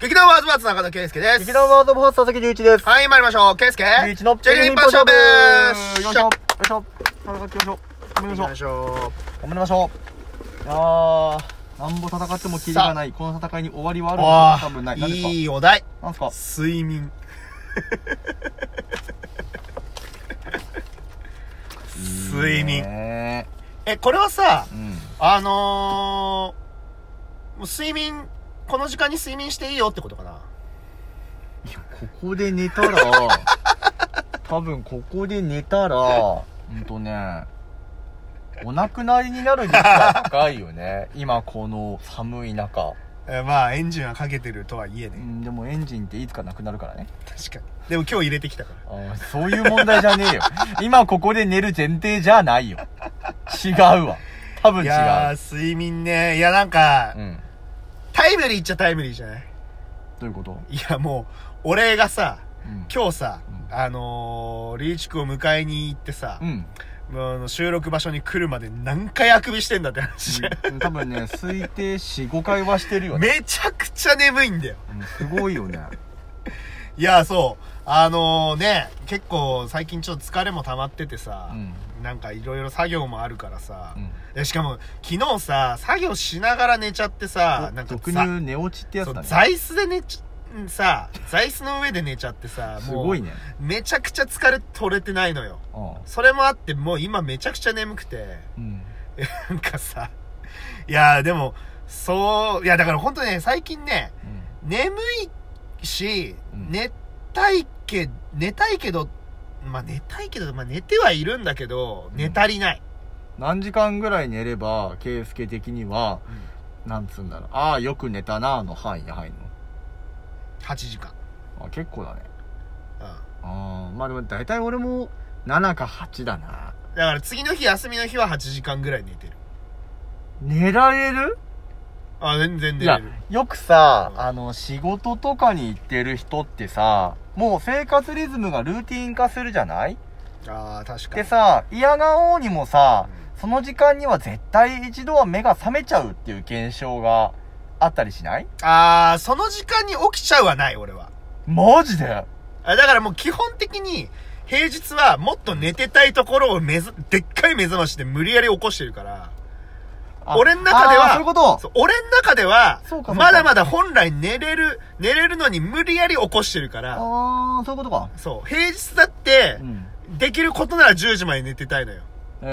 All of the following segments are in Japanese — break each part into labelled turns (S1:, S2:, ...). S1: 劇団ワーズワーズ中野圭介です。
S2: 劇団ワードボース佐々木隆一です。
S1: はい、参りましょう。圭介。
S2: 隆一の
S1: チェリーパン勝負
S2: よいしょ。よいしょ。戦っていきましょう。頑張りましょう。
S1: しょ
S2: 頑張りましょう。いやー、なんぼ戦ってもキリがない。この戦いに終わりはある
S1: あ
S2: んですか多分ない。
S1: あ、
S2: 何ですか
S1: いいお題。
S2: 何ですか
S1: 睡 眠。睡眠。
S2: ね
S1: え、これはさ、
S2: えうん。
S1: あのー、もう睡眠、この時間に睡眠していいよってことかな。
S2: いや、ここで寝たら、 多分ここで寝たら、ほんとね、お亡くなりになる率が高いよね。今この寒い中。
S1: えまあ、エンジンはかけてるとはいえ
S2: う。ん、でもエンジンっていつかなくなるからね。
S1: 確かに。でも今日入れてきたから。
S2: あーそういう問題じゃねえ よ。今ここで寝る前提じゃないよ。違うわ。多分
S1: い
S2: 違
S1: や
S2: う。
S1: ー、睡眠ね。いや、なんか、
S2: うん。
S1: タイムリーっちゃタイムリーじゃない
S2: どういうこと
S1: いや、もう、俺がさ、
S2: うん。
S1: 今日さ、
S2: う
S1: あのー、リーチ君を迎えに行ってさ
S2: う、ん。
S1: もうあの収録場所に来るまで何回あくびしてんだって話。
S2: うん多分 ね、推定4、5回はしてる よね。
S1: めちゃくちゃ眠いんだよ。
S2: うんすごいよね。
S1: いや、そう。あのー、ね、結構最近ちょっと疲れも溜まっててさ
S2: う、ん。
S1: なんかいろいろ作業もあるからさ
S2: う、ん。
S1: えしかも昨日さ、作業しながら寝ちゃってさ、なんか
S2: 俗に
S1: ざ
S2: 言う寝落ちってやつ
S1: そう
S2: だね。
S1: 座椅子で寝ちゃ、さ、座椅子の上で寝ちゃってさ、
S2: す
S1: もう
S2: ごいね。
S1: めちゃくちゃ疲れ取れてないのよ。
S2: う
S1: それもあって、もう今めちゃくちゃ眠くて、
S2: ん。
S1: なんかさ、いやーでも、そう、いやだから本当ね、最近ね、眠いし、
S2: うん
S1: 寝たいけ、寝たいけど、まあ寝たいけど、まあ寝てはいるんだけど、
S2: うん
S1: 寝足りない。
S2: 何時間ぐらい寝れば、圭介的には、なんつうんだろう。ああ、よく寝たなーの範囲に入る
S1: 8時間。
S2: の。あ、結構だね。
S1: うん。
S2: ああ、まあでも大体俺も7か8だな。
S1: だから次の日、休みの日は8時間ぐらい寝てる。
S2: 寝られる
S1: あ、全然
S2: い
S1: 寝れ
S2: や
S1: る。、
S2: よくさ、
S1: うん
S2: あの、仕事とかに行ってる人ってさ、もう生活リズムがルーティン化するじゃない
S1: ああ、確か
S2: で
S1: に。
S2: さ、嫌がおうにもさ
S1: う、ん
S2: その時間には絶対一度は目が覚めちゃうっていう現象があったりしない
S1: ああ、その時間に起きちゃうはない、俺は。
S2: マジで
S1: あだからもう基本的に、平日はもっと寝てたいところをめず、でっかい目覚ましで無理やり起こしてるから、
S2: あ
S1: 俺の中では
S2: あーそういうこと
S1: そう俺の中では
S2: そうかそう、か
S1: まだまだ本来寝れる、寝れるのに無理やり起こしてるから、
S2: ああ、そういうことか。
S1: そう、平日だって
S2: う、ん。
S1: できることなら10時まで寝てたいのよ。
S2: え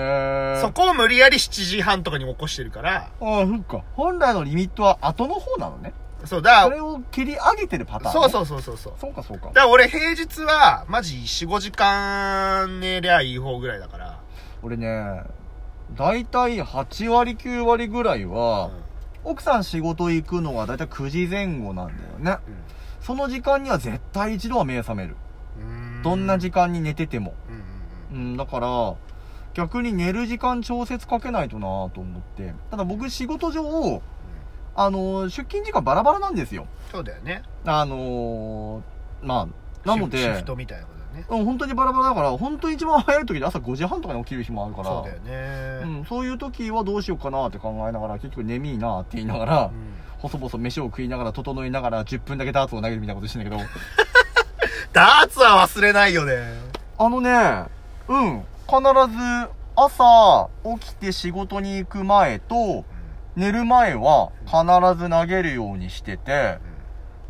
S2: ー。
S1: そこを無理やり7時半とかに起こしてるから、
S2: ああ、そっか。本来のリミットは後の方なのね。
S1: そう、だ
S2: そ
S1: か
S2: れを切り上げてるパター
S1: ら、
S2: ン、
S1: そう
S2: う。
S1: そうそうそうそう。
S2: そうかそうか
S1: だ。から俺平日は、マジ4、5時間寝りゃいい方ぐらいだから、
S2: 俺ね、だいたい8割9割ぐらいうは、
S1: ん
S2: 奥さん仕事行くのがだいたい9時前後なんだよね。
S1: うん
S2: その時間には絶対一度は目覚める。どんな時間に寝てても。
S1: うんうんうん
S2: うん、だから、逆に寝る時間調節かけないとなぁと思って。ただ僕仕事上、あのー出勤時間バラバラなんですよ。
S1: そうだよね
S2: あのーまあ、なの
S1: シフシ
S2: で
S1: フ、トみたいなことだよね
S2: うん、本当にバラバラだから、本当に一番早い時で朝5時半とかに起きる日もあるから。
S1: そうだよね
S2: うん、そういう時はどうしようかなって考えながら、結局眠いなって言いながら、
S1: うん
S2: 細々飯を食いながら、整いながら、10分だけダーツを投げるみたいなことしてんだけど、
S1: ダーツは忘れないよね
S2: あのね、うん、必ず朝起きて仕事に行く前と、寝る前は必ず投げるようにしてて、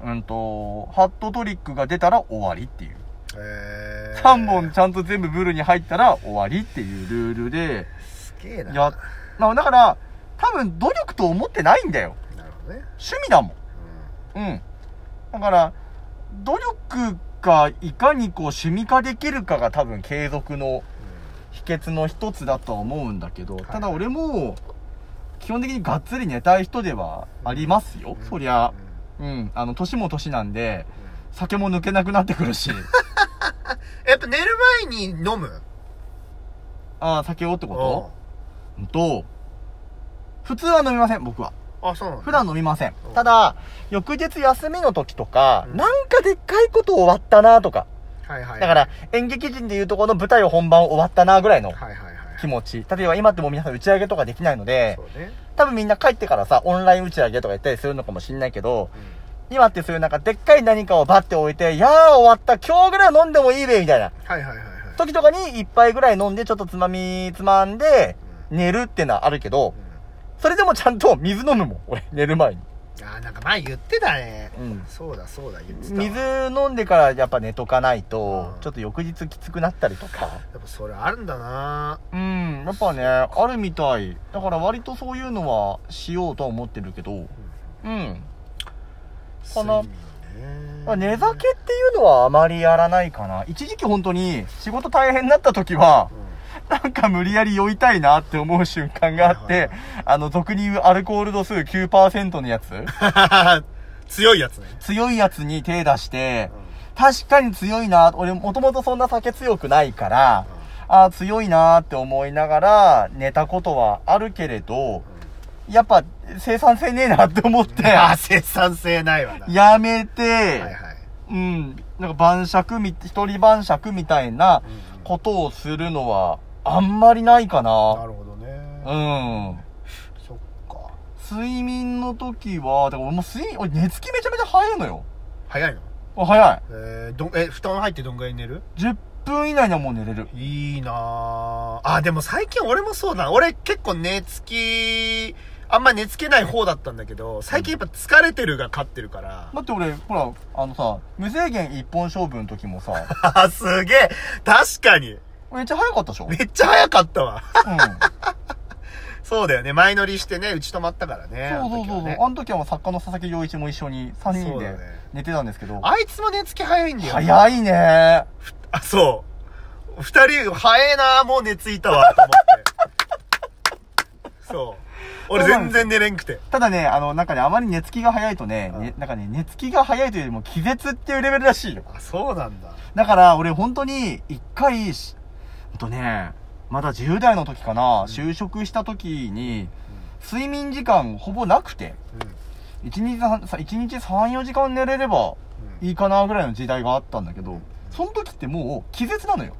S2: うんと、ハットトリックが出たら終わりっていう。
S1: えー
S2: 3本ちゃんと全部ブルに入ったら終わりっていうルールで、
S1: すげえな
S2: や、まあだから、多分努力と思ってないんだよ。
S1: なるほどね
S2: 趣味だもん。うん。だから、努力がいかにこう趣味化できるかが多分継続の秘訣の一つだとは思うんだけど、
S1: い
S2: ただ俺も、基本的にがっつり寝たい人ではありますよ
S1: うん。
S2: そりゃ
S1: うん、
S2: うん。あの、年も年なんで、
S1: うん
S2: 酒も抜けなくなってく るし。
S1: やっぱ寝る前に飲む
S2: ああ、酒をってことうんと、普通は飲みません、僕は。
S1: うんあそうなんだ
S2: 普段飲みません
S1: うん。
S2: ただ、翌日休みの時とか、
S1: うん
S2: なんかでっかいこと終わったなとか、
S1: はいはい
S2: だから演劇人でいうとこの舞台を本番終わったなぐらいの
S1: はいはいはい
S2: 気持ち。例えば今ってもう皆さん打ち上げとかできないので
S1: そ、うね
S2: 多分みんな帰ってからさ、オンライン打ち上げとかやったりするのかもしんないけど、
S1: うん
S2: 今ってそういうなんかでっかい何かをバッて置いて、いやー終わった、今日ぐらい飲んでもいいべ、みたいな。
S1: はいはいはいはい。
S2: 時とかに一杯ぐらい飲んで、ちょっとつまみつまんで、寝るってのはあるけど、それでもちゃんと水飲むもん、俺、寝る前に。
S1: うんあーなんか前言ってたね。
S2: うん
S1: そうだそうだ、言ってたわ。
S2: 水
S1: や
S2: 飲んでからやっぱ寝とかないと
S1: う、ん
S2: ちょっと翌日きつくなったりとか。
S1: っぱそれあるんだな
S2: うん、やっぱね、あるみたい。だから割とそういうのはしようとは思ってるけど、うん。この
S1: 睡眠ね
S2: まあ寝酒っていうのはあまりやらないかな。一時期本当に仕事大変になった時は
S1: う、ん
S2: なんか無理やり酔いたいなって思う瞬間があっ
S1: はいは
S2: て
S1: いはい、
S2: あの、俗に言うアルコール度数9%のやつ、
S1: 強いやつね。
S2: 強いやつに手出して
S1: う、ん
S2: 確かに強いな、俺もともとそんな酒強くないから、あー強いなーって思いながら寝たことはあるけれど、やっぱ生産性ねえなって思っ
S1: う
S2: て
S1: ん、 あ、生産性ないわな。
S2: やめて、
S1: はいはい。
S2: うん、なんか晩酌み、一人晩酌みたいな
S1: うんうん
S2: ことをするのはあんまりないか
S1: な
S2: な。
S1: るほどね。
S2: うん。
S1: そっか。
S2: 睡眠の時は、だから俺もう睡眠、俺寝つきめちゃめちゃ早いのよ。
S1: 早いの
S2: あ早い。
S1: えー、どん、え、布団入ってどんぐらい寝る
S2: 10分以内にはもう寝れる。
S1: いいなぁ。あ、でも最近俺もそうだ。俺結構寝つき、あんま寝つけない方だったんだけど、最近やっぱ疲れてるが勝ってるから。
S2: だって俺、ほら、あのさ、無制限一本勝負の 時もさ、
S1: あ、すげえ確かに
S2: めっちゃ早かったでしょう
S1: めっちゃ早かったわ。
S2: ん。
S1: そうだよね。前乗りしてね、うち泊まったからね。
S2: そうそうそうそう。
S1: あ
S2: あの時はもう作家の佐々木陽一も一緒に
S1: の時は
S2: 3
S1: ねそ
S2: 人
S1: うだ
S2: で
S1: よね。
S2: 寝てたんですけど、
S1: あいつも寝つき早いんだよ。
S2: 早いね
S1: あ、そう。二人、早えなもう寝ついたわ、と思って。そう。俺全然寝れんくて。
S2: ただね、あの、なんかね、あまり寝つきが早いとね、
S1: うん
S2: ねなんかね、寝つきが早いというよりも気絶っていうレベルらしいよ。
S1: あ、そうなんだ。
S2: だから、俺本当に、一回し、ほんとね、まだ10代の時かな、就職した時に、睡眠時間ほぼなくて、
S1: うん。
S2: 1日3、一日三4時間寝れれば
S1: うん。
S2: いいかなぐらいの時代があったんだけど、その時ってもう気絶なのよ。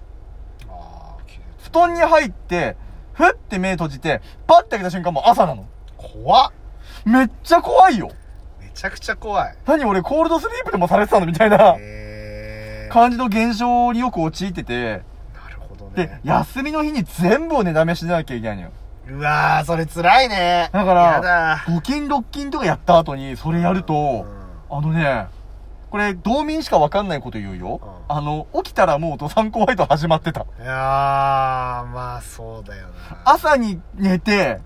S1: ああ、気絶
S2: 布団に入って、ふって目閉じて、パッて開けた瞬間もう朝なの。
S1: 怖っ
S2: めっちゃ怖いよ。
S1: めちゃくちゃ怖い。
S2: 何俺コールドスリープでもされてたのみたいな
S1: えー、
S2: 感じの現象によく陥ってて、
S1: なるほど
S2: で
S1: ね、。
S2: 休みの日に全部を寝だめしなきゃいけないのよ。
S1: うわー、それ辛いね。
S2: だか
S1: や
S2: ら、
S1: だ
S2: 5金6金とかやった後にそれやる
S1: うん
S2: と、あのね、これ、道民しかわかんないこと言う
S1: う
S2: よ。
S1: ん
S2: あの、起きたらもうドサンコワイト始まってた。
S1: いやー、まあそうだよな。
S2: 朝に寝て、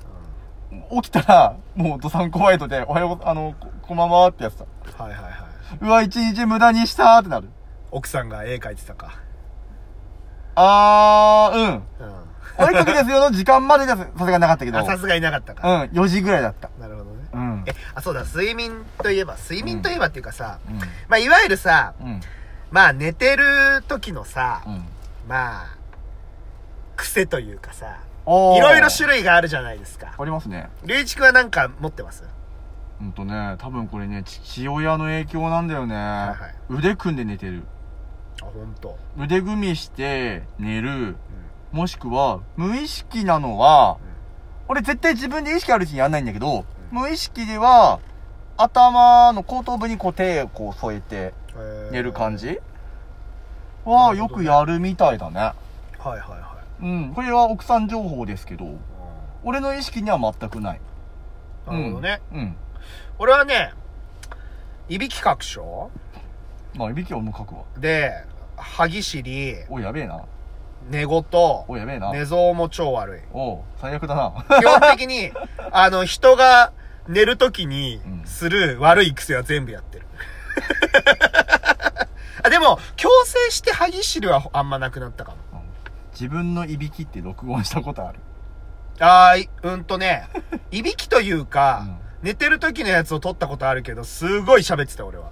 S1: うん
S2: 起きたら、もうドサンコワイトで、おはよう、あの、ここんばんはってやつだ。
S1: はいはいはい。
S2: うわ、一日無駄にしたーってなる。
S1: 奥さんが絵描いてたか。
S2: あー、
S1: う
S2: うん。
S1: ん。あ、
S2: お絵かきですよの時間までがさすがになかったけど、うん、
S1: さすがいなかったか。
S2: 4時ぐらいだった。
S1: なるほどね。
S2: うん。
S1: え、あ、そうだ、睡眠といえば、睡眠といえばっていうかさ、
S2: うん。
S1: まあいわゆるさ、
S2: うん。
S1: まあ寝てる時のさ、
S2: うん。
S1: まあ、癖というかさ、
S2: おー
S1: いろいろ種類があるじゃないですか。
S2: ありますね。
S1: 龍一君はなんか持ってます
S2: うんとね、多分これね、父親の影響なんだよね。
S1: いはい
S2: 腕組んで寝てる。
S1: あ、ほんと。
S2: 腕組みして寝る。
S1: う
S2: もしくは、無意識なのは、
S1: ん。
S2: 俺絶対自分で意識あるうちにやんないんだけど、
S1: うん
S2: 無意識では、頭の後頭部にこう手をこう添えて
S1: えー
S2: 寝る感じは、
S1: なる
S2: よ
S1: ほど
S2: く
S1: ね
S2: やるみたいだね。
S1: はいはいはい。
S2: うん。これは奥さん情報ですけど、俺の意識には全くない。
S1: なるほどね。
S2: うん。
S1: 俺はね、いびきかくしょ
S2: まあ、いびきはもう書くわ。
S1: で、歯ぎしり、
S2: おい、やべえな。
S1: 寝言、
S2: おい、やべえな。
S1: 寝相も超悪い。
S2: おう、最悪だな。
S1: 基本的に、あの、人が寝るときに
S2: うん
S1: する悪い癖は全部やってる。 あでも、強制して歯ぎしりはあんまなくなったかも。
S2: 自分のいびきって録音したことある。
S1: あーい、うんとね、いびきというか、
S2: うん
S1: 寝てる時のやつを撮ったことあるけど、すごい喋ってた俺は。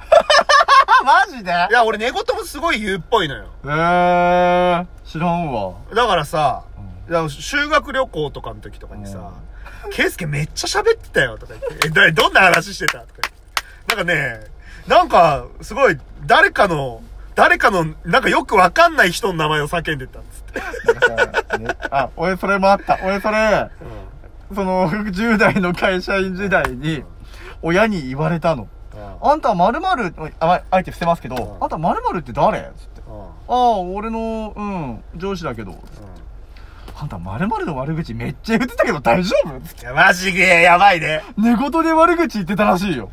S2: あ、マジで
S1: いや、俺寝言もすごい言うっぽいのよ。
S2: えー、知らんわ。
S1: だからさ、
S2: うん
S1: だから修学旅行とかの時とかにさ、ケイスケめっちゃ喋ってたよとか言って、え、 だどんな話してたとか言って。なんかね、なんか、すごい、誰かの、誰かの、なんかよくわかんない人の名前を叫んでたっつって。
S2: なんかさね あ、俺それもあった。俺それ、その、10代の会社員時代に、親に言われたの。
S1: うん。うん
S2: あんた〇〇、あ、まあえて伏せますけど、
S1: うん
S2: あんた〇〇って誰つって。
S1: うんうん
S2: ああ、俺の、うん、上司だけど。あんた〇〇の悪口めっちゃ言ってたけど大丈夫つって
S1: いや、マジで、やばいね。
S2: 寝言で悪口言ってたらしいよ。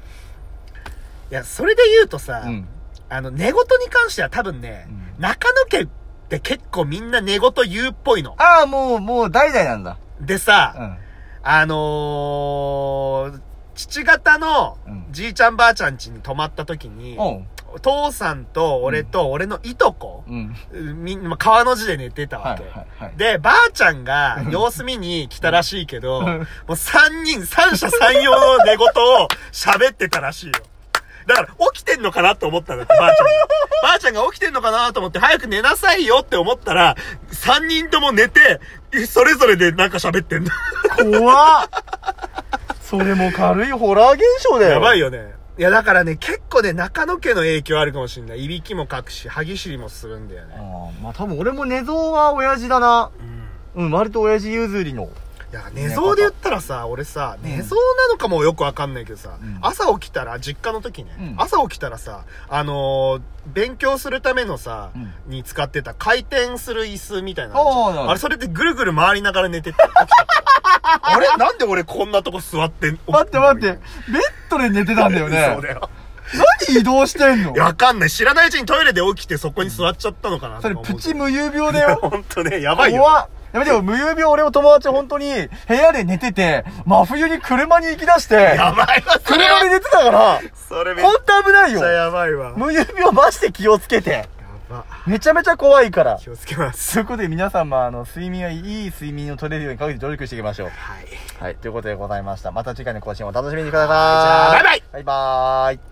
S1: いや、それで言うとさ、
S2: うん。
S1: あの、寝言に関しては多分ね、
S2: うん
S1: 中野家って結構みんな寝言言うっぽいの。
S2: ああ、もう、もう代々なんだ。
S1: でさ、
S2: う
S1: あのー、父方の
S2: うん
S1: じいちゃんばあちゃん家に泊まった時に、
S2: ん。おう。
S1: 父さんと俺と俺のいとこ、
S2: うん。
S1: みんな川の字で寝てた
S2: は
S1: わ
S2: い
S1: け。
S2: はいはい。
S1: で、ばあちゃんが様子見に来たらしいけど、
S2: うん
S1: もう三人、三者三様の寝言を喋ってたらしいよ。だから起きてんのかなと思ったんだって、ばあちゃん が。ばあちゃんが起きてんのかなと思って、早く寝なさいよって思ったら、三人とも寝て、それぞれでなんか喋ってんだ。
S2: 怖っそれも軽いホラー現象だよ。
S1: やばい
S2: よ。
S1: よね。いや、だからね、結構ね、中野家の影響あるかもしれない。いびきもかくし、歯ぎしりもするんだよね。
S2: あーまあ多分俺も寝相は親父だな。
S1: うん。
S2: うん、割と親父譲りの。
S1: いや、寝相で言ったらさ、俺さ、
S2: うん
S1: 寝相なのかもよくわかんないけどさ、
S2: うん
S1: 朝起きたら、実家の時ね、
S2: うん
S1: 朝起きたらさ、あのー勉強するためのさ、
S2: うん
S1: に使ってた回転する椅子みたいなのあるじゃ
S2: あ
S1: ん
S2: あ
S1: あれ、それでぐるぐる回りながら寝てて、起きたか らあれなんで俺こんなとこ座ってん
S2: 待って待って、ベッドで寝てたんだよね
S1: そう。だよ。
S2: 何移動してんの
S1: いやわかんない。知らないうちにトイレで起きてそこに座っちゃったのかな
S2: それプチ
S1: ム
S2: 無遊病だよ。
S1: ほんと ね、やばいよ。
S2: 怖っ。やめてよ、無遊病俺の友達本当に部屋で寝てて、真冬に車に行き出して、
S1: やばいわ、それ。
S2: 車で寝てたから、
S1: それめっ
S2: 本当危ない
S1: ち
S2: よ
S1: ゃ。やばいわ。や
S2: 無遊病マジで気をつけて。
S1: ば。
S2: めちゃめちゃ怖いから。
S1: 気をつけます。
S2: ということで皆さんもあの、睡眠はいい睡眠を取れるようにかけて努力していきましょう。
S1: はい。
S2: はい、ということでございました。また次回の更新をお楽しみにください。
S1: はいじゃあバイバイ
S2: バイバーイ